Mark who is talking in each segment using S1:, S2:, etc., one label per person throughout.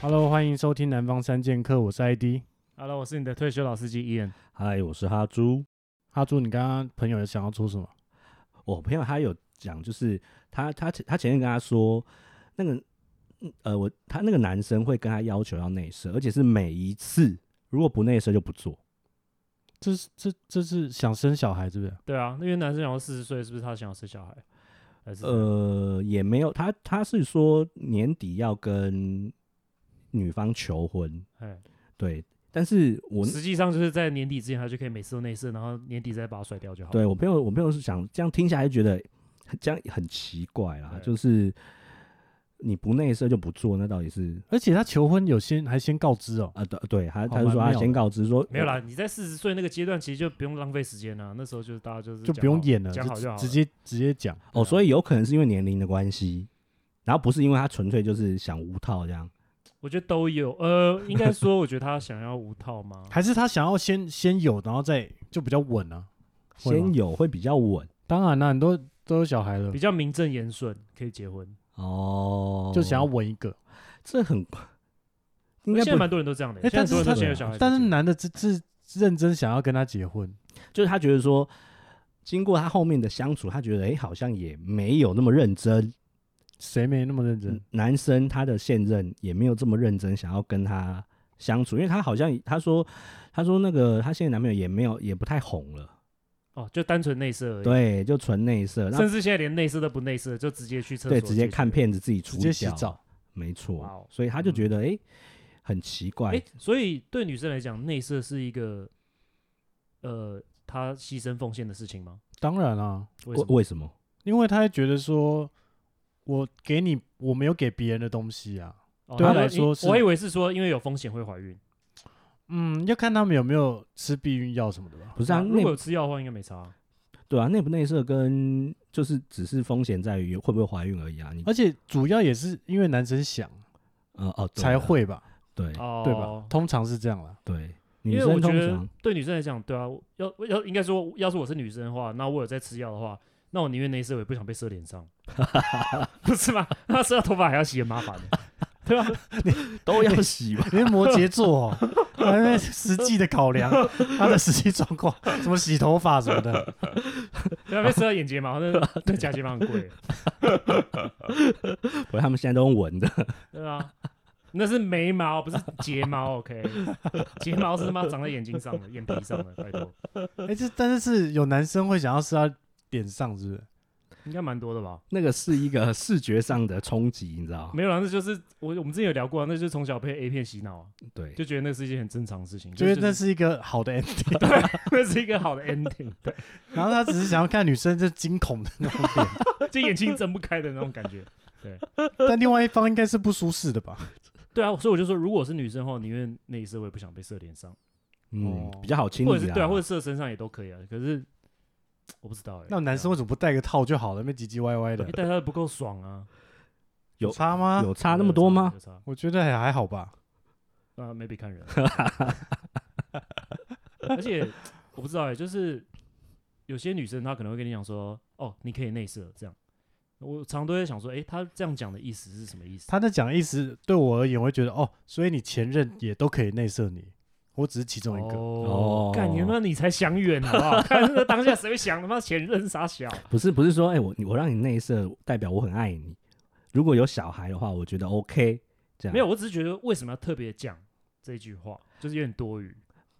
S1: Hello，欢迎收听《南方三剑客》，我是 ID
S2: Hello，我是你的退休老司机 Ian。
S3: 嗨，我是哈猪。
S1: 哈猪。你刚刚朋友想要做什么？
S3: 我朋友他有讲，就是他他他前天跟他说，那个嗯呃，我他那个男生会跟他要求要内射，而且是每一次如果不内射就不做。
S1: 这是这这是想生小孩，是不是？
S2: 对啊，因为男生想要四十岁，是不是他想要生小孩？还是
S3: 呃，也没有，他他是说年底要跟女方求婚，
S2: 哎，
S3: 对。但是我
S2: 实际上就是在年底之前，他就可以每次都内射，然后年底再把它甩掉就好。
S3: 对我朋友，我朋友是想这样听下来就觉得很这样很奇怪啦，
S2: 对
S3: 就是你不内射就不做，那到底是
S1: 而且他求婚有先还先告知哦，
S3: 啊？对对，他
S1: 好
S3: 他就
S1: 蛮
S3: 说他
S1: 妙
S3: 先
S1: 的
S3: 告知说
S2: 没有啦，你在四十岁那个阶段，其实就不用浪费时间啦。那时候就是大家就是
S1: 就
S2: 讲
S1: 不用
S2: 好
S1: 演了，
S2: 讲好就好了
S1: 直接直接讲。
S3: 哦，
S2: 对啊
S3: 所以有可能是因为年龄的关系，然后不是因为他纯粹就是想无套这样。
S2: 我觉得都有。呃，应该说，我觉得他想要无套吗？
S1: 还是他想要先先有，然后再就比较稳啊？会吗
S3: 先有会比较稳
S1: 当然啦，很多都有小孩了
S2: 比，较名正言顺，可以结婚。
S3: 哦，
S1: 就想要稳一个。
S3: 这很应该
S2: 现在
S3: 不
S2: 蛮多人都这样的，
S1: 哎
S2: 现在很多人
S1: 但是
S2: 都先
S3: 他
S2: 有小孩再结婚，
S1: 但是男的这这认真想要跟他结婚，
S3: 就是他觉得说，经过他后面的相处，他觉得哎、诶好像也没有那么认真，
S1: 谁没那么认
S2: 嗯
S1: 真？
S3: 男生他的现任也没有这么认真想要跟他相处，因为他好像他说他说那个他现在男朋友也没有也不太哄了，
S2: 哦，就单纯内射而已。
S3: 对，就纯内射，那
S2: 甚至现在连内射都不内射，就直接去厕所
S3: 对直接看
S2: 解决。
S3: 片子自己
S1: 直
S3: 处理
S1: 接洗
S3: 掉
S1: 澡，
S3: 没
S2: 哇哦
S3: 错，所以他就觉得哎、诶很奇怪
S2: 哎、，所以对女生来讲，内射是一个呃，她牺牲奉献的事情吗？
S1: 当然啊，
S2: 为什
S3: 为
S2: 么？
S3: 为什么？
S1: 因为他会觉得说，我给你我没有给别人的东西啊。
S2: 哦
S1: 对她
S2: 那
S1: 来
S2: 你
S1: 说是
S2: 我以为是说因为有风险会怀孕，
S1: 嗯，要看他们有没有吃避孕药什么的吧。
S3: 不是啊，
S2: 如
S3: 内
S2: 果有吃药的话，应该没差啊、
S3: 对啊，内不内射跟就是只是风险在于会不会怀孕而已
S2: 哎
S3: 啊，你
S1: 而且主要也是因为男生想
S3: 呃哦对
S1: 才
S3: 啊
S1: 会吧，
S3: 对
S2: 哦，
S1: 对吧？？通常是这样啦。
S3: 对，
S2: 因
S3: 女
S2: 为我
S3: 生
S2: 觉
S3: 通
S2: 得
S3: 常
S2: 对女生来讲，对啊，我要我要应该说，要是我是女生的话，那我有在吃药的话，那我宁愿内射，我也不想被射脸 上，不是吗？ 那射到头发还要洗，很麻烦 的，对吧？
S3: 都要洗吧，
S1: 因为摩羯座哦，还在实际的考量他的实际状况，什么洗头发什么的，
S2: 对啊，被射到眼睫毛， 那那假睫毛很贵。
S3: 不然他们现在都用闻的，
S2: 对啊，那是眉毛，不是睫毛。OK，睫毛是他妈长在眼睛上的，眼皮上的，拜托，
S1: 哎、这但是是有男生会想要吃到脸上，是不是？
S2: 应该蛮多的吧？
S3: 那个是一个视觉上的冲击，你知道吗？
S2: 没有啦，那就是我我们之前有聊过、啊，那就是从小被 A 片洗脑、啊，
S3: 对，
S2: 就觉得那是一件很正常的事情，
S1: 觉得
S2: 就
S1: 那是一个好的 ending，
S2: 那是一个好的 ending，对
S1: 然后他只是想要看女生这惊恐的那种脸，
S2: 就眼睛睁不开的那种感觉。
S1: 但另外一方应该是不舒适的吧？
S2: 对啊，所以我就说，如果我是女生的话，我宁愿那一次我也不想被射脸上，
S3: 嗯
S1: 哦，
S3: 比较好清
S2: 或者
S3: 理
S2: 是对啊，或者射身上也都可以啊。可是我不知道哎、
S1: 那男生为什么不戴个套就好了？那唧唧歪歪的
S2: 对啊，但他不够爽啊，
S3: 有
S1: 差吗？
S3: 有差那么多吗？
S2: 有差？有差
S1: 我觉得还还好吧。
S2: 啊，maybe 看人，而且我不知道哎、就是有些女生她可能会跟你讲说，哦，你可以内射这样。我常都在想说，哎、她这样讲的意思是什么意思？
S1: 他在讲的意思对我而言，我会觉得哦，所以你前任也都可以内射你，我只是其中一个。
S2: 哦
S3: 哦，
S2: 干你妈，你才想远好不好？ 看那当下谁会想他妈前任傻小？
S1: 啊
S3: 不是不是说哎、我我让你内射代表我很爱你，如果有小孩的话，我觉得 OK，这样
S2: 没有，我只是觉得为什么要特别讲这句话，就是有点多余。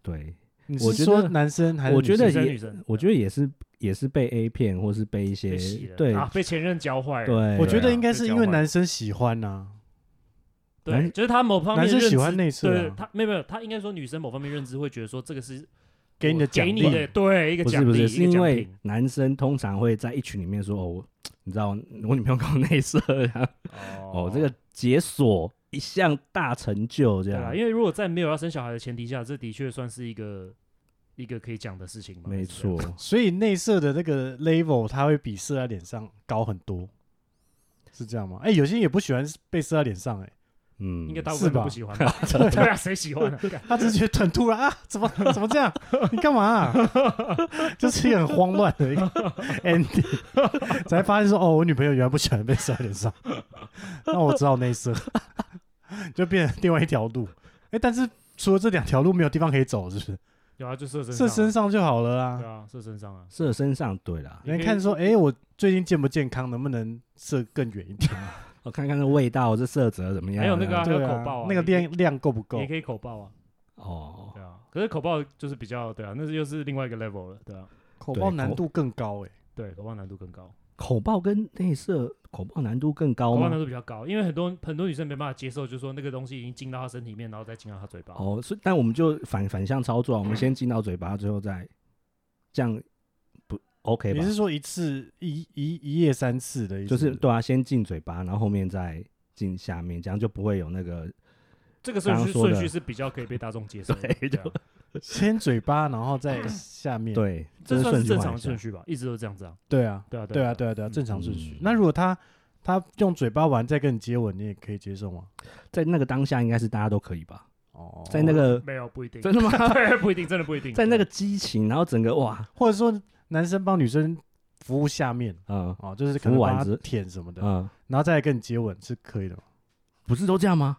S3: 对，
S1: 你
S3: 我
S1: 是
S3: 觉
S1: 说
S3: 得
S1: 男生还是
S3: 我
S1: 女
S3: 觉
S1: 生
S3: 得
S2: 女生
S3: 也
S2: 女生，
S3: 我觉得也是也是被 A 片或是被一些
S2: 被洗了，
S3: 对
S2: 啊，被前任教坏了。
S3: 对，
S1: 我觉
S2: 对
S1: 得
S2: 啊
S1: 应该
S2: 就是交
S1: 因为
S2: 换
S1: 男生喜欢呐、
S2: 对，
S3: 男
S2: 就是他某方面
S1: 男生
S2: 认
S1: 喜
S2: 知
S1: 欢内射啊
S2: 对他没有没有，他应该说女生某方面认知会觉得说这个是
S1: 给你的
S2: 我
S1: 奖
S2: 给你
S1: 励，
S2: 的对一个
S3: 不
S2: 奖
S3: 是
S2: 励，
S3: 不是，
S2: 一
S3: 是
S2: 个
S3: 因
S2: 奖
S3: 为
S2: 品
S3: 男生通常会在一群里面说哦，我你知道我女朋友搞内射，然后
S2: 哦
S3: 哦这个解锁一项大成就这
S2: 对
S3: 样
S2: 啊，，因为如果在没有要生小孩的前提下，这的确算是一个一个可以讲的事情嘛，
S3: 没
S2: 是不
S3: 错
S2: 是。，
S1: 所以内射的那个 level 它会比射在脸上高很多，是这样吗？哎、有些人也不喜欢被射在脸上、 哎，
S3: 嗯，
S2: 应该大部分
S1: 是吧
S2: 都不喜欢吧？ 对啊，谁喜欢啊？干
S1: 他只是觉得很突然啊，怎么怎么这样？你干嘛、啊？ 就是一个很慌乱 的一个 ending，才发现说哦，我女朋友原来不喜欢被射在脸上，那我只好内射。就变成另外一条路。哎、但是除了这两条路，没有地方可以走，是不是？
S2: 有啊，就射身
S1: 射
S2: 上
S1: 身
S2: 啊
S1: 上就好了啊
S2: 对。啊，射身上啊，
S3: 射身上，对啦，
S1: 来
S2: 你可以
S1: 看说，哎、我最近健不健康，能不能射更远 一点？
S3: 我哦看看那味道，这色泽怎么样啊？
S2: 还有那个啊
S1: 对
S2: 还有口爆啊
S1: 那个
S2: 你可以
S1: 量量够不够
S2: 也？可以口爆啊，
S3: 哦，
S2: 对啊。可是口爆就是比较对啊，那是又是另外一个 level 了，对啊，
S1: 口
S3: 对
S1: 爆
S3: 口
S1: 难度更高哎、
S2: 对，口爆难度更高，
S3: 口爆跟内射口爆难度更高
S2: 口爆难
S3: 吗？
S2: 度比较高，因为很多很多女生没办法接受，就是说那个东西已经进到她身体里面，然后再进到她嘴巴。
S3: 哦，所以但我们就反反向操作啊，我们先进到嘴巴，最后再这样不 OK
S1: 你
S3: 吧
S1: 是？说一次一一一夜三次的意思？
S3: 就是对啊，先进嘴巴，然后后面再进下面，这样就不会有那个
S2: 这个顺
S3: 刚
S2: 序
S3: 刚说的
S2: 顺序是比较可以被大众接受的，
S3: 对
S2: 对啊，
S1: 先嘴巴，然后再下面。
S3: 对，
S2: 这
S3: 是
S2: 算是
S3: 顺序
S2: 正
S3: 化
S2: 常
S3: 一
S2: 的
S3: 下
S2: 顺序吧，一直都这样子啊，
S1: 对啊，
S2: 对啊，
S1: 对啊，
S2: 啊，
S1: 对啊，对啊，
S2: 嗯
S1: 正常顺序
S3: 嗯。
S1: 那如果他他用嘴巴玩再跟你接吻，你也可以接受吗？
S3: 在那个当下应该是大家都可以吧？
S1: 哦，
S3: 在那个
S2: 没有不一定，
S3: 啊真的吗？
S2: 对， 不一定，真的不一定，
S3: 在那个
S2: 对
S3: 激情，然后整个哇，
S1: 或者说男生帮女生服务下面
S3: 嗯
S1: 哦，就是可
S3: 服务
S1: 能
S3: 完
S1: 帮
S3: 之
S1: 她舔什么的，
S3: 嗯，
S1: 然后再来跟你接吻是可以的吗。
S3: 不是都这样吗？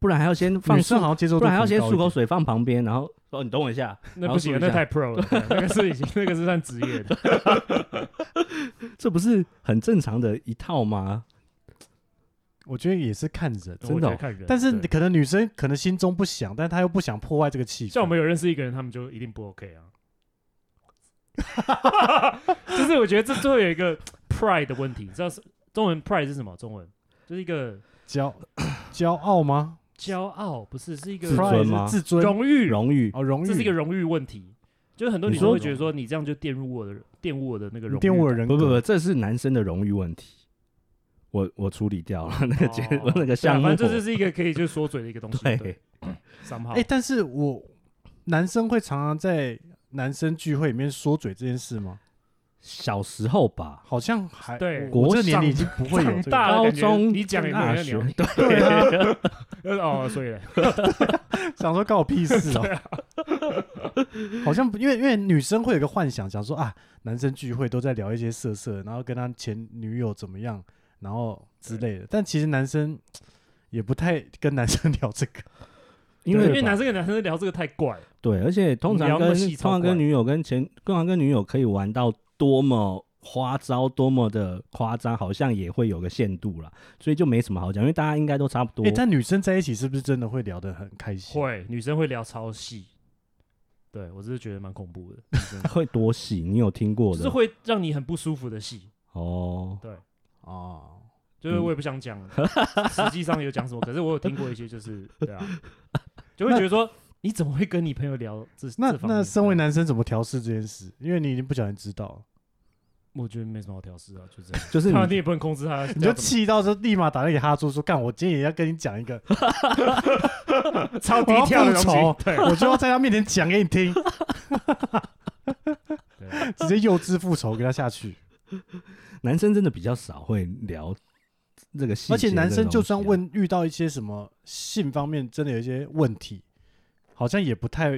S3: 不然还要先放
S1: 女
S3: 漱
S1: 生好像接受
S3: 不
S1: 度
S3: 然还要
S1: 挺
S3: 先
S1: 高
S3: 漱
S1: 一
S3: 口
S1: 点，
S3: 水放旁边，然后说你等我一下，
S2: 那不行啊，
S3: 然后注意
S2: 那太 pro 了，对啊那个是已经那个是算职业的，
S3: 这不是很正常的一套吗？
S1: 我觉得也是看人。
S3: 真的
S2: 我觉得
S3: 哦
S2: 看人，
S1: 但是
S2: 对
S1: 可能女生可能心中不想，但她又不想破坏这个气氛。
S2: 像我们有认识一个人，他们就一定不 OK 啊。 就是我觉得这最后有一个 pride 的问题，你知道是中文 pride 是什么？中文就是一个
S1: 骄 骄傲吗？
S2: 骄傲，不是是一个
S3: 自
S1: Pride
S3: 尊
S1: 是
S3: 吗
S1: 自尊
S2: 荣誉，
S3: 荣誉
S1: 哦，荣誉，
S2: 这是一个荣誉问题。就是很多
S3: 你
S2: 女生
S3: 说
S2: 会觉得说，你这样就玷污我的玷污我的那个
S1: 你
S2: 荣誉
S1: 玷污我
S2: 感
S1: 人格。
S3: 不不不，这是男生的荣誉问题。我我处理掉了那 个结、
S2: 哦
S3: 那个
S2: 对啊
S3: 项目，
S2: 反正这就是一个可以就说嘴的一个东西。
S3: 对，
S2: 三号
S1: 哎、。但是我男生会常常在男生聚会里面说嘴这件事吗？
S3: 小时候吧，
S1: 好像还
S2: 对
S1: 我我
S3: 国
S1: 这年龄已
S3: 上
S1: 经不会有
S2: 长
S1: 这
S2: 大
S1: 个
S2: 了
S3: 高
S2: 感觉
S3: 中
S2: 你讲也没有
S3: 大
S2: 人
S3: 学
S2: 要，
S3: 对，
S1: 对啊，
S2: 呃哦，所以嘞
S1: 想说关我屁事哦、 好像不因为因为女生会有一个幻想，想说啊，男生聚会都在聊一些色色，然后跟他前女友怎么样，然后之类的。但其实男生也不太跟男生 聊这个，
S3: 因为
S2: 因为男生跟男生聊这个太怪了，
S3: 对，而且通
S2: 你
S3: 常
S2: 聊那
S3: 跟
S2: 么细
S3: 通
S2: 超
S3: 常跟
S2: 怪
S3: 女友跟前通常跟女友可以玩到多么花招，多么的夸张，好像也会有个限度啦，所以就没什么好讲，因为大家应该都差不多。
S1: 哎、但女生在一起是不是真的会聊得很开心？
S2: 会女生会聊超细。对我只是觉得蛮恐怖的，女 生
S3: 会多细，你有听过
S2: 就
S3: 的？
S2: 是会让你很不舒服的戏。
S3: 哦，
S1: 哦，
S2: 就是我也不想讲，
S3: 嗯
S2: 实际上有讲什么，可是我有听过一些，就是对啊，就会觉得说你怎么会跟你朋友聊这
S1: 那
S2: 这方面
S1: 那身为，男生怎么调试这件事？因为你已经不小心知道了，
S2: 我觉得没什么好调试啊，就这样。
S3: 就是
S2: 当然
S3: 你
S2: 你也不能控制 他，
S1: 你就气到就立马打电话给哈猪说：“干，我今天也要跟你讲一个，
S2: 超低
S1: 我要
S2: 调的
S1: 复
S2: 东
S1: 仇
S2: 西，，对
S1: 我就要在他面前讲给你听，
S2: 对啊
S1: 直接诱之复仇给他下去。
S3: 男生真的比较少会聊这个细节、
S1: 而且男
S3: 啊
S1: 生就算，问遇到一些什么性方面真的有一些问题，好像也不太，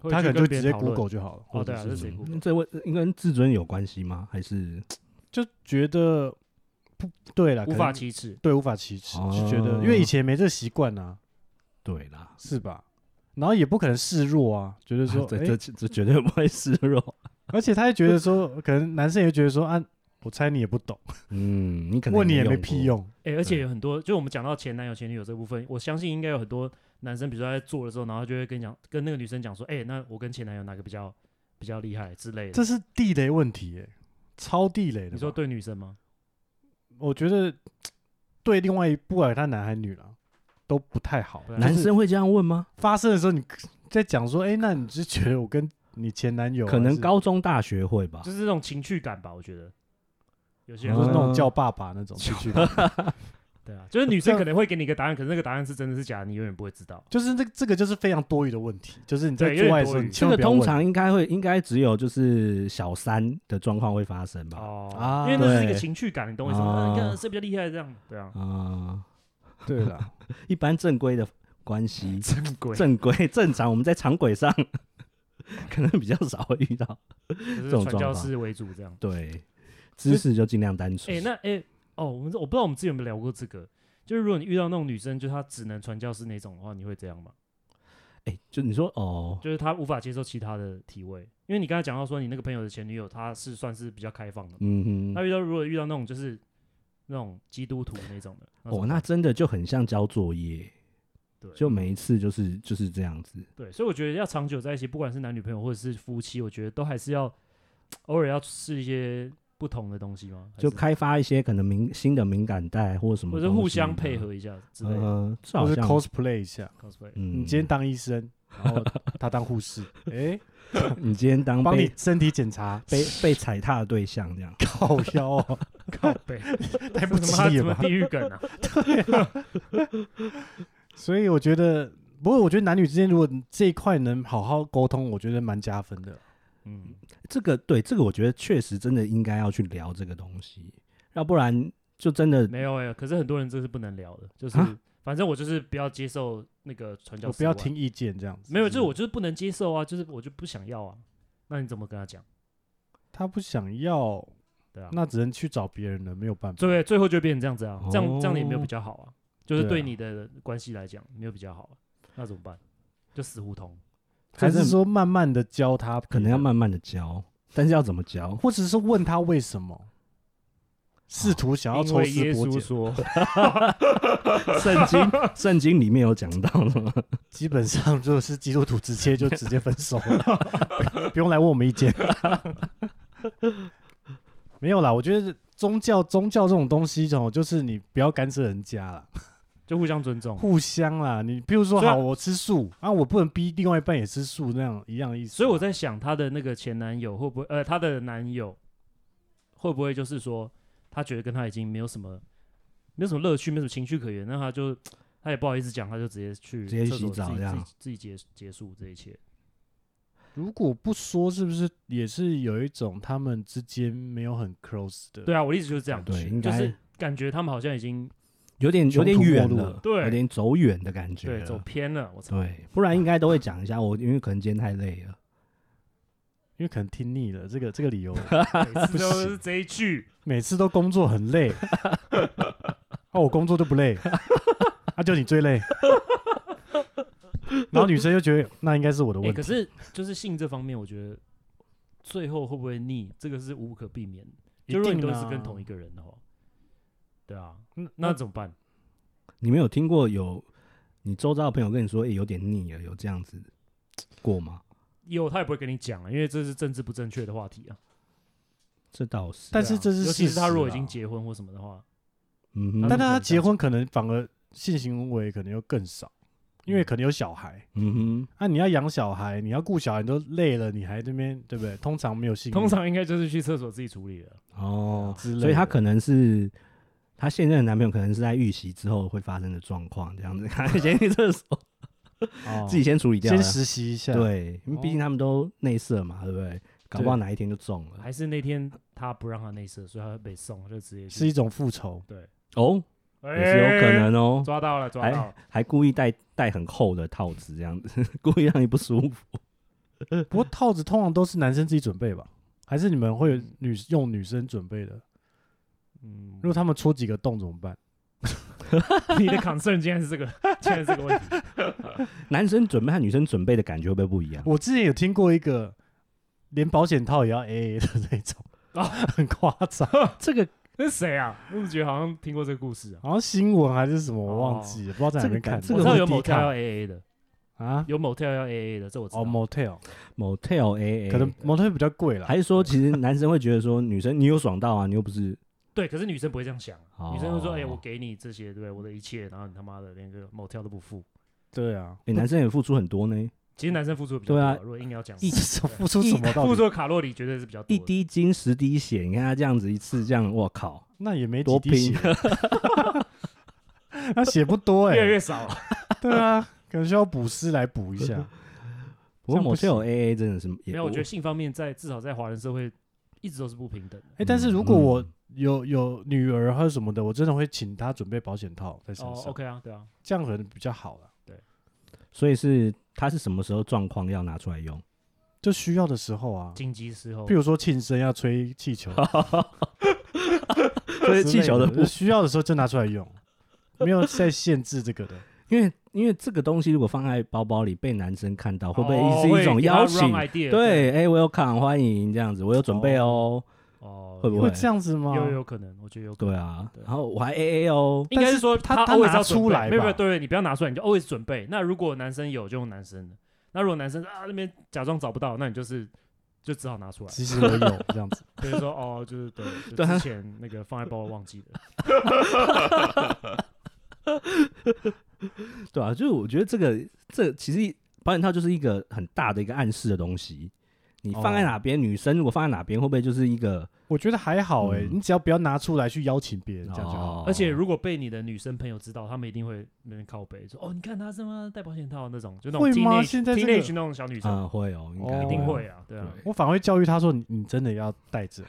S2: 会
S1: 他
S2: 去
S1: 可能
S2: 跟
S1: 就
S2: 别
S1: 直
S2: 人
S1: 接
S2: 讨论
S1: Google 就好了。
S2: 哦，
S1: 或
S2: 对
S1: 者
S2: 啊，
S1: 是
S2: 这谁 Google？
S3: 嗯这问应该跟自尊有关系吗？还是
S1: 就觉得不对了，
S2: 无
S1: 可
S2: 法
S1: 能
S2: 启齿，
S1: 对无法启齿，就觉得
S3: 哦
S1: 因为以前没这个习惯啊，
S3: 对啦？
S1: 是吧？然后也不可能示弱啊，觉得说，
S3: 这
S1: 哎
S3: 这这这绝对不会示弱。
S1: 而且他也觉得说，可能男生也觉得说啊，我猜你也不懂，
S3: 嗯，你可能
S1: 问你也没
S3: 用过
S1: 屁。用。
S2: 哎、而且有很多，就我们讲到前男友、前女友这部分，我相信应该有很多男生，比如说他在做的时候，然后他就会跟你讲，跟那个女生讲说，哎、那我跟前男友哪个比较比较厉害之类的。
S1: 这是地雷问题耶，超地雷的。
S2: 你说，对女生吗？
S1: 我觉得对另外一不管他男还女了，都不太好。
S2: 对啊
S3: 男生会这样问吗？
S1: 发生的时候，你在讲说，哎、那你是觉得我跟你前男友啊
S3: 可能
S1: 是
S3: 高中、大学会吧
S2: 就。是那种情趣感吧，我觉得有
S1: 就
S2: 些人
S1: 是
S2: 会、
S1: 哦那种叫爸爸那种出去，
S2: 对啊，就是女生可能会给你一个答案，可是那个答案是真的是假的，你永远不会知道。
S1: 就是这这个就是非常多余的问题，就是你在
S2: 对有
S1: 做
S2: 点
S1: 爱的时
S2: 多
S1: 候，
S2: 余
S1: 你
S3: 这
S1: 千
S3: 个
S1: 万不要
S3: 通
S1: 问。
S3: 常应该会，应该只有就是小三的状况会发生吧？
S2: 哦，
S1: 啊哦
S2: 因为那是一个
S3: 对
S2: 情趣感，你懂我意思
S3: 啊
S2: 吗？呃你看谁比较厉害，这样 对啊，
S3: 啊，
S1: 对了，
S3: 一般正规的关系，
S2: 真鬼，
S3: 正规正常，我们在常轨上 可能比较少会遇到。
S2: 就是
S3: 这种
S2: 传教
S3: 状况
S2: 士为主这样。
S3: 对，知识就尽量单
S2: 哎、
S3: 纯。
S2: 那哎、哦，我们这我不知道我们之前有没有聊过这个，就是如果你遇到那种女生，就她只能传教士那种的话，你会这样吗？
S3: 哎、就你说哦，
S2: 就是她无法接受其他的体位，因为你刚才讲到说你那个朋友的前女友，她是算是比较开放的嘛，
S3: 嗯
S2: 那
S3: 哼，
S2: 遇到如果遇到那种就是那种基督徒那种的，怎
S3: 哦，
S2: 么
S3: 那
S2: 办
S3: 真的就很像交作业，
S2: 对
S3: 就每一次就是就是这样子。
S2: 对，所以我觉得要长久在一起，不管是男女朋友或者是夫妻，我觉得都还是要偶尔要试一些不同的东西嘛，还
S3: 就是开发一些可能敏新的敏感带或什么
S2: 或
S3: 东西的，
S2: 者
S3: 啊
S2: 是互相配合一下之类的。
S3: 嗯，这
S1: 或
S3: 好
S1: 是
S3: 像
S1: cosplay 一下，
S2: cosplay
S3: 嗯，
S1: 你今 天当医生，然后他当护士，哎，
S3: 你今天当
S1: 帮你
S3: 被，
S1: 身体检查
S3: 被被踩踏的对象这样，
S1: 靠腰哦，
S2: 靠 背，
S1: 太不
S2: 这
S1: 起
S2: 他妈
S1: 眼
S2: 什么
S1: 吧？
S2: 地狱梗啊？
S1: 所以我觉得，不过我觉得男女之间如果这一块能好好沟通，我觉得蛮加分的。
S2: 嗯，
S3: 这个对这个我觉得确实真的应该要去聊这个东西，要不然就真的
S2: 没有哎、可是很多人这是不能聊的，就是
S3: 啊
S2: 反正我就是不要接受那个传教
S1: 我
S2: 士，
S1: 不要听，意见这样子，
S2: 没有，就是我就是不能接受啊，就是我就不想要啊。那你怎么跟他讲？
S1: 他不想要，
S2: 对啊，
S1: 那只能去找别人了，没有办法。
S2: 对，最后就变成这样子啊，这样这样
S3: 哦
S2: 也没有比较好啊，就是
S1: 对啊
S2: 对你的关系来讲没有比较好啊，那怎么办？就死胡同。
S1: 还是
S3: 真的
S1: 说慢慢的教他，
S3: 可能要，慢慢的教，但是要怎么教？
S1: 或者是问他为什么，试图想要
S2: 啊因
S1: 抽
S2: 为
S1: 丝
S2: 耶
S1: 剥
S2: 稣
S1: 茧，
S2: 说，
S3: 圣经圣经里面有讲到了，
S1: 基本上就是基督徒直接就直接分手了， 不用来问我们意见。没有啦，我觉得宗教宗教这种东西哦，就是你不要干涉人家啦，
S2: 就互相尊重。
S1: 互相啦。你比如说，
S2: 虽然
S1: 好，我吃素啊，我不能逼另外一半也吃素，那样一样的意思啊。
S2: 所以我在想，她的那个前男友会不会，呃，她的男友会不会就是说，她觉得跟他已经没有什么，没有什么乐趣，没有什么情绪可言，那她就她也不好意思讲，她就直接去
S3: 直接
S2: 厕所
S3: 洗澡
S2: 自己
S3: 这样
S2: 自己自己结结束这一切。
S1: 如果不说，是不是也是有一种他们之间没有很 close 的？
S2: 对啊，我的意思就是这样，
S3: 对，应
S2: 就
S3: 该
S2: 是感觉他们好像已经
S3: 有点有点
S1: 穷途末
S3: 远
S1: 路
S3: 了，
S2: 对
S3: 有点走远的感觉
S2: 对走
S3: 了，
S2: 偏了，我操，
S3: 对，不然应该都会讲一下。我因为可能今天太累了，
S1: 因为可能听腻了这个这个理由，
S2: 每次都
S1: 不行
S2: 是这一句。
S1: 每次都工作很 累，啊，我工作就不累，啊，就你最累。然后女生就觉得那应该是我的
S2: 欸
S1: 问
S2: 可
S1: 题，
S2: 是就是性这方面，我觉得最后会不会腻，这个是无可避免的。就如果你都是跟
S3: 啊
S2: 同一
S1: 个，
S2: 个人的话，对啊，
S1: 嗯
S2: 那怎么办？
S3: 你没有听过有你周遭的朋友跟你说，哎、有点腻了，有这样子过吗？
S2: 有他也不会跟你讲啊，因为这是政治不正确的话题啊。
S3: 这倒是，
S1: 但是
S2: 对啊
S1: 这是
S2: 尤其是他
S1: 事实
S2: 如果已
S1: 啦
S2: 经结婚或什么的话，
S3: 嗯
S1: 但
S3: 哼，
S1: 是他结婚可能反而性行为可能又更少，因为可能有小孩。
S3: 嗯
S1: 啊，你要养小孩，你要顾小孩，你都累了，你还这边对不对？通常没有性欲，
S2: 通常应该就是去厕所自己处理了。
S3: 哼，哦，
S1: 之类的，
S3: 所以他可能是他现任的男朋友，可能是在预习之后会发生的状况，这样 子，他先去厕所，
S1: 哦
S3: 自己先处啊理掉了，
S1: 先实习一下，，
S3: 对，因为毕竟他们都内射嘛，对不对？搞不好哪一天就中了
S2: 还是那天他不让他内射，所以他被送，就直接
S1: 是一
S2: 去
S1: 种复仇。
S2: 对，
S3: 哦，也是有可能哦
S2: 哎。抓到了，抓到
S3: 还
S2: 了。
S3: 还故意戴戴很厚的套子，这样子 故意让你不舒服。
S1: 不过套子通常都是男生自己准备吧？还是你们会有
S3: 嗯
S1: 女用女生准备的？
S2: 嗯
S1: 如，果他们戳几个洞怎么办？
S2: 你的 concern 竟然是这个， 竟然是这个问题。
S3: 男生准备和女生准备的感觉会不会不一样？
S1: 我之前有听过一个连保险套也要 A A 的那种，
S3: 哦
S2: 啊
S1: 很夸张，
S3: 这个
S2: 那是谁啊？我怎么觉得好像听过这个故事啊？
S1: 好像新闻还是什么，我忘记了，不知道在哪边看的。
S3: 哦这
S2: 我
S3: 个
S2: 知道有
S1: 某
S2: motel 要 AA 的，
S1: 啊，
S2: 有 motel 要 AA 的，这我知道。
S1: 哦 motel，
S3: motel A A，
S1: 可能 motel 比较贵啦。
S3: 还是说，其实男生会觉得说，女生你有爽到啊，你又不是
S2: 对，可是女生不会这样想啊，
S3: 哦
S2: 女生会说：“哎、我给你这些，对不对？我的一切，然后你他妈的连个 motel 都不付。
S1: 对啊，
S3: 欸，男生也付出很多呢，”
S2: 其实男生付出的比较多、
S3: 对啊
S2: 如果硬要讲，
S1: 一直付出什么到
S2: 付
S1: 底？
S2: 出的卡路里绝对是比较多
S3: 一
S2: 的。
S3: 滴精十滴血，你看他这样子一次，这样我靠，
S1: 那也没几
S3: 多
S1: 滴血
S3: 拼，
S1: 那血不多哎、
S2: 越来越少了，
S1: 对啊，可能需要补师来补一下。
S3: 不过
S1: 这样不
S3: motel A A 真的是也，
S2: 没有，我觉得性方面在至少在华人社会一直都是不平等的。
S1: 哎、但是
S3: 嗯
S1: 如果我
S3: 嗯
S1: 有有女儿或者什么的，我真的会请她准备保险套在身
S2: 哦
S1: 上，
S2: ，OK 啊，对啊，
S1: 这样可能比较好了。
S3: 所以是他是什么时候状况要拿出来用？
S1: 就需要的时候啊，
S2: 紧急哦时候
S1: 譬，如说庆生要吹气球之类的，
S3: 所以气球的部
S1: 就需要的时候就拿出来用。没有在限制这个的。
S3: 因为因为这个东西如果放在包包里被男生看到，会不
S2: 哦
S3: 会是一种
S2: 给他
S3: 邀
S2: wrong
S3: 请？
S2: idea，
S3: 对，哎，welcome，欢迎这样子，我有准备哦。
S2: 哦，
S3: 会不
S1: 会
S3: 会
S1: 这样子吗？
S2: 有有可能，我觉得有可能。
S3: 对啊
S2: 对，
S3: 然后我还 A A 哦，
S2: 应该是说
S1: 他他
S2: always
S1: 拿
S2: 要准
S1: 出
S2: 备
S1: 来
S2: 没有
S1: 吧
S2: 没有，对对，你不要拿出来，你就 always 准备。那如果男生有，就用男生的；那如果男生啊那边假装找不到，那你就是就只好拿出来，
S1: 其实我有这样子，
S2: 就是说哦，就 是对，就
S3: 对啊
S2: 之前那个放在包包忘记了。
S3: 对啊，就是我觉得这个这其实保险套就是一个很大的一个暗示的东西。你放在
S1: 哦
S3: 哪边，女生如果放在哪边，会不会就是一个
S1: 我觉得还好哎、
S3: 嗯
S1: 你只要不要拿出来去邀请别人，这样就好。
S3: 哦
S2: 而且如果被你的女生朋友知道，他们一定会那边靠背说：“哦，你看她他妈戴保险套那种，就那种
S1: 会吗
S2: teenage
S1: 现在这个
S2: teenage 那种小女生，
S3: 嗯会哦，应该
S1: 哦
S2: 一定会啊，对啊，
S1: 我反而会教育他说：“你你真的要带 着，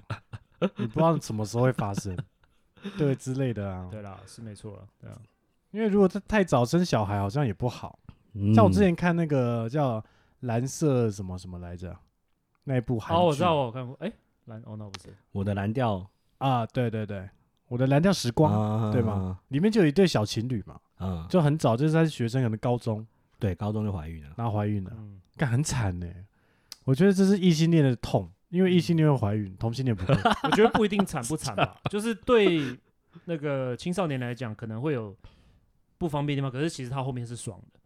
S1: 你不知道什么时候会发生，对之类的啊。
S2: 对啦，是没错啦，对啊，
S1: 因为如果他太早生小孩，好像也不好。
S3: 嗯
S1: 像我之前看那个叫《蓝色什么什么来着》那一部韩剧，
S2: 哦，我知道，我有看过，哎，蓝哦，那不是，
S3: 我的蓝调
S1: 啊，对对对，我的《蓝调时光》
S3: 啊
S1: 对吗？里面就有一对小情侣嘛，
S2: 啊
S3: 嗯，
S1: 就很早，就是他是学生，可能高中，
S3: 对，高中就怀孕了。
S1: 然后怀孕了，
S2: 嗯，
S1: 干很惨呢、我觉得这是异性恋的痛，因为异性恋会怀孕，同性恋不会。
S2: 我觉得不一定惨 不惨
S1: 啊
S2: 吧，就是对那个青少年来讲，可能会有不方便的地方，可是其实他后面是爽的，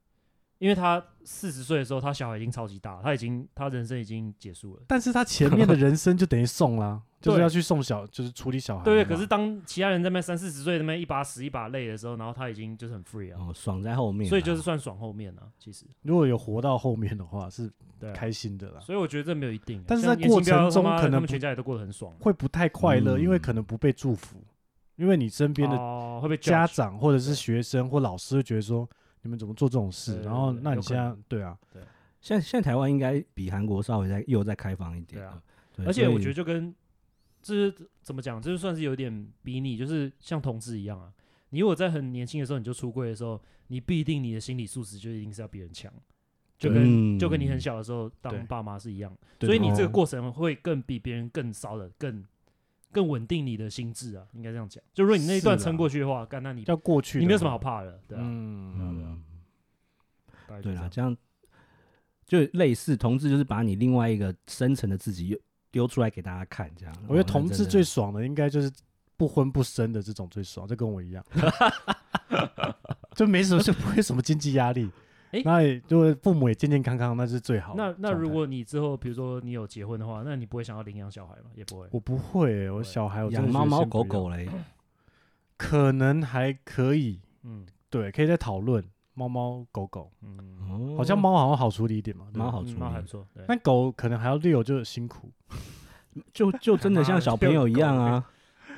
S2: 因为他四十岁的时候，他小孩已经超级大了，他已经他人生已经结束了。
S1: 但是他前面的人生就等于送 啦，就是
S2: 对
S1: 要去送小，就是处理小孩嘛。
S2: 对，可是当其他人在那边三四十岁在那边一把屎一把泪的时候，然后他已经就是很 free 啊，
S3: 哦，爽在后面啊，
S2: 所以就是算爽后面啊，其实
S1: 如果有活到后面的话，是
S2: 对啊、
S1: 开心的啦，
S2: 所以我觉得这没有一定啊、
S1: 但是
S2: 像
S1: 在
S2: 严清
S1: 过程
S2: 标他
S1: 中
S2: 妈
S1: 可能
S2: 他们
S1: 不
S2: 全家也都过得很爽，啊
S1: 会不太快乐，
S3: 嗯
S1: 因为可能不被祝福，因为你身边的
S2: 哦、会被
S1: 家
S2: judge
S1: 长或者是学生或老师会觉得说，你们怎么做这种事？
S2: 对
S1: 然后
S2: 对对
S1: 那你
S2: 有可
S1: 现
S2: 能
S1: 在对啊，
S3: 现在现在台湾应该比韩国稍微再又再开放一点
S2: 对啊
S3: 了。对
S2: 而且
S3: 所以
S2: 我觉得就跟这是怎么讲，这就算是有点逼你，就是像同志一样啊。你如果在很年轻的时候你就出柜的时候，你必定你的心理素质就一定是要比人强，就跟、
S3: 嗯
S2: 就跟你很小的时候
S1: 对
S2: 当爸妈是一样，
S1: 对
S2: 所以
S1: 对
S2: 你这
S1: 对
S2: 个过程会更比别人更骚的更。更稳定你的心智啊，应该这样讲。就如果你那一段
S1: 是啊
S2: 撑过去的话，干那你
S1: 要过去，
S2: 你没有什么好，怕的，对啊，
S1: 嗯，
S3: 嗯，
S2: 大概就
S3: 对啊
S2: 这
S3: 啦，
S2: 样
S3: 这样就类似同志，就是把你另外一个深层的自己又丢出来给大家看，这样。
S1: 我觉得
S3: 哦
S1: 同志最爽的应该就是不婚不生的这种最爽，这跟我一样，就没什么就不会什么经济压力。
S2: 诶
S1: 那也如果父母也健健康康，那是最好的
S2: 那
S1: 状态。
S2: 那如果你之后比如说你有结婚的话，那你不会想要领养小孩吗？也不会。
S1: 我不会欸、我
S2: 会
S1: 小孩我真
S3: 养
S1: 的
S3: 猫
S1: 觉得
S3: 猫
S1: 先不
S3: 狗
S1: 要
S3: 狗嘞，
S1: 可能还可以，
S2: 嗯
S1: 对，可以再讨论猫猫狗狗，
S2: 嗯，
S3: 哦
S1: 好像猫好像好处理哦一点嘛，对
S3: 猫
S1: 吧
S3: 好
S2: 嗯
S3: 处
S2: 那还
S3: 理
S2: 不，错。对，
S1: 但狗可能还要遛，就辛苦
S3: 就就真 的像小朋友一样啊，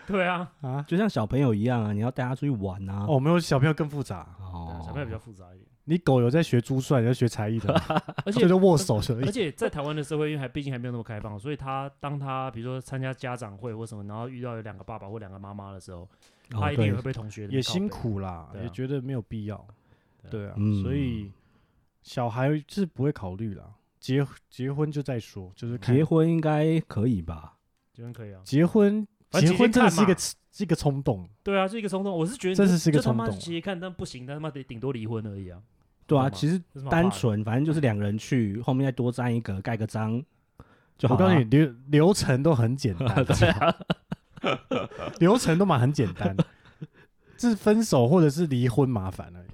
S2: 对啊，
S1: 啊。
S3: 就像小朋友一样啊，你要带他出去玩啊。
S1: 哦，没有小朋友更复杂，
S2: 对啊
S3: 哦
S2: 小朋友比较复杂一点，
S1: 你狗有在学珠算，有在学才艺的吗，
S2: 而
S1: 就
S2: 且
S1: 是握手而
S2: 而
S1: 已。
S2: 且在台湾的社会，因为还毕竟还没有那么开放，所以他当他比如说参加家长会或什么，然后遇到有两个爸爸或两个妈妈的时候，
S3: 哦
S2: 他一
S3: 对
S2: 定会被同学
S1: 也
S2: 靠
S1: 辛
S2: 背。
S1: 苦啦，
S2: 对啊
S1: 也觉得没有必要。对
S2: 对
S1: 啊，
S3: 嗯
S1: 所以小孩是不会考虑啦，结结婚就再说，就是看
S3: 结婚应该可以吧？
S2: 结婚可以啊，
S1: 结婚
S2: 反
S1: 结
S2: 正结
S1: 婚真的是一个
S2: 看
S1: 是一个冲 动，
S2: 对啊，是一个冲动。我是觉得
S1: 真是是一个
S2: 就他妈
S1: 冲动啊
S2: 其实看，但不行，他妈得顶多离婚而已啊。
S3: 对啊，
S2: 干嘛
S3: 其实
S2: 有什么好怕
S3: 单
S2: 的
S3: 纯反正就是两个人去，后面再多粘一个，盖个章就好
S1: 我
S3: 了。
S1: 告诉你，流流程都很简 单，
S3: 啊
S1: 流程都蛮很简单，是分手或者是离婚麻烦而已。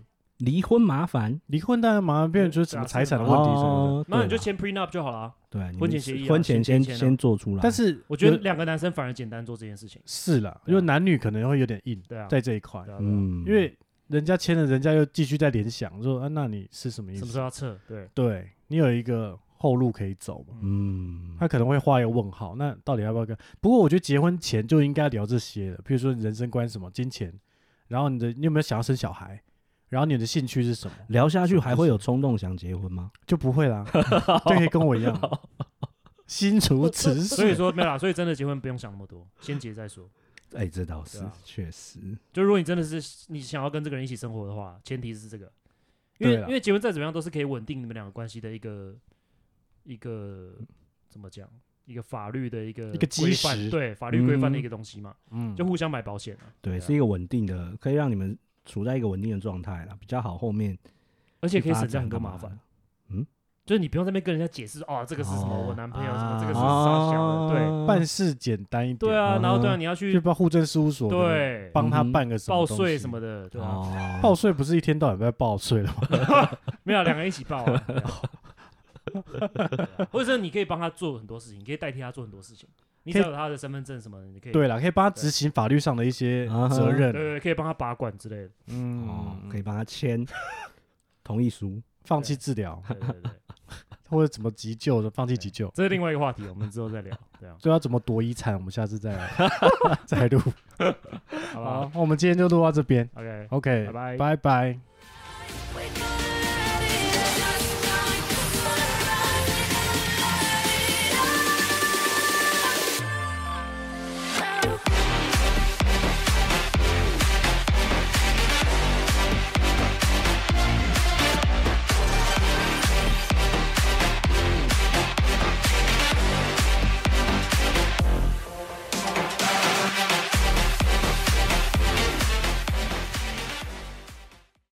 S3: 离婚麻烦
S1: 离婚当然麻烦，变
S2: 啊
S1: 成就是什么财产的问题什么的。
S3: 哦，
S2: 那你
S3: 对
S2: 就
S3: 啦
S2: 签 prenup 就好了啊。
S3: 对啊你
S2: 婚前
S3: 们
S2: 协议啊
S3: 婚前
S2: 先
S3: 先
S2: 签啊
S3: 先做出来。
S1: 但是
S2: 我觉得
S1: 有
S2: 两个男生反而简单做这件事情。
S1: 是啦，
S2: 对
S1: 因
S2: 啊
S1: 为男女可能会有点硬
S2: 对啊，
S1: 在这一块
S2: 对，啊，对啊
S3: 嗯，
S1: 因为人家签了，人家又继续在联想说啊，那你是什么意
S2: 什么时
S1: 思？
S2: 候要撤？对，
S1: 对你有一个后路可以走嘛？
S3: 嗯，
S1: 他可能会画一个问号，那到底要不要跟？不过我觉得结婚前就应该聊这些了，比如说你人生观什么、金钱，然后你的你有没有想要生小孩，然后你的兴趣是什么，
S3: 聊下去还会有冲动想结婚吗？
S1: 就不会 啦，就可以跟我一样，心如 止水。
S2: 所以说没有啦，所以真的结婚不用想那么多，先结再说。
S3: 哎、这倒是
S2: 对啊
S3: 确实，
S2: 就如果你真的是你想要跟这个人一起生活的话，前提是这个，因为
S1: 对啦啊
S2: 因为结婚再怎么样都是可以稳定你们两个关系的一个一个怎么讲，一个法律的一个
S1: 一个基
S2: 规范
S1: 石
S2: 对法律规范
S3: 嗯
S2: 的一个东西嘛，
S1: 嗯，
S2: 就互相买保险啊，
S3: 对，
S2: 啊
S3: 是一个稳定的，可以让你们处在一个稳定的状态了，比较好后面
S2: 而
S3: 而
S2: 且可以省下很多麻烦。。就是你不用在那边跟人家解释哦，这个是什么，
S3: 哦
S2: 我男朋友什么，
S1: 啊
S2: 这个是傻小的，对
S3: 哦，
S1: 办事简单一点，嗯
S2: 对啊，然后对啊，
S3: 哦
S2: 你要
S1: 去
S2: 去
S1: 帮户政事务所，，
S2: 对
S1: 帮他
S3: 嗯哼
S1: 办个什么
S2: 报
S1: 东
S2: 税
S1: 西
S2: 什么的，对啊，
S3: 哦，
S1: 报税不是一天到晚在报税了吗？
S2: 没有两个人一起报 啊，对啊对啊或者是你可以帮他做很多事情，你可以代替他做很多事情，你只
S1: 可以
S2: 要有他的身份证什么的，你可以
S1: 对了，可以帮他执行法律上的一些责
S2: 对对
S1: 任，
S2: 对，可以帮他把管之类的，
S3: 哦
S1: 嗯，
S3: 可以帮他签同意书。
S1: 放弃治疗
S2: 对对对，
S1: 或者怎么急救的，放弃急救，
S2: 这是另外一个话题，我们之后再聊，对啊，
S1: 最后要怎么夺遗产，我们下次再 来再录。
S2: 好不
S1: 好
S2: 好，
S1: 我们今天就录到这边
S2: ？OK，
S1: ，OK，
S2: 拜拜
S1: 拜拜。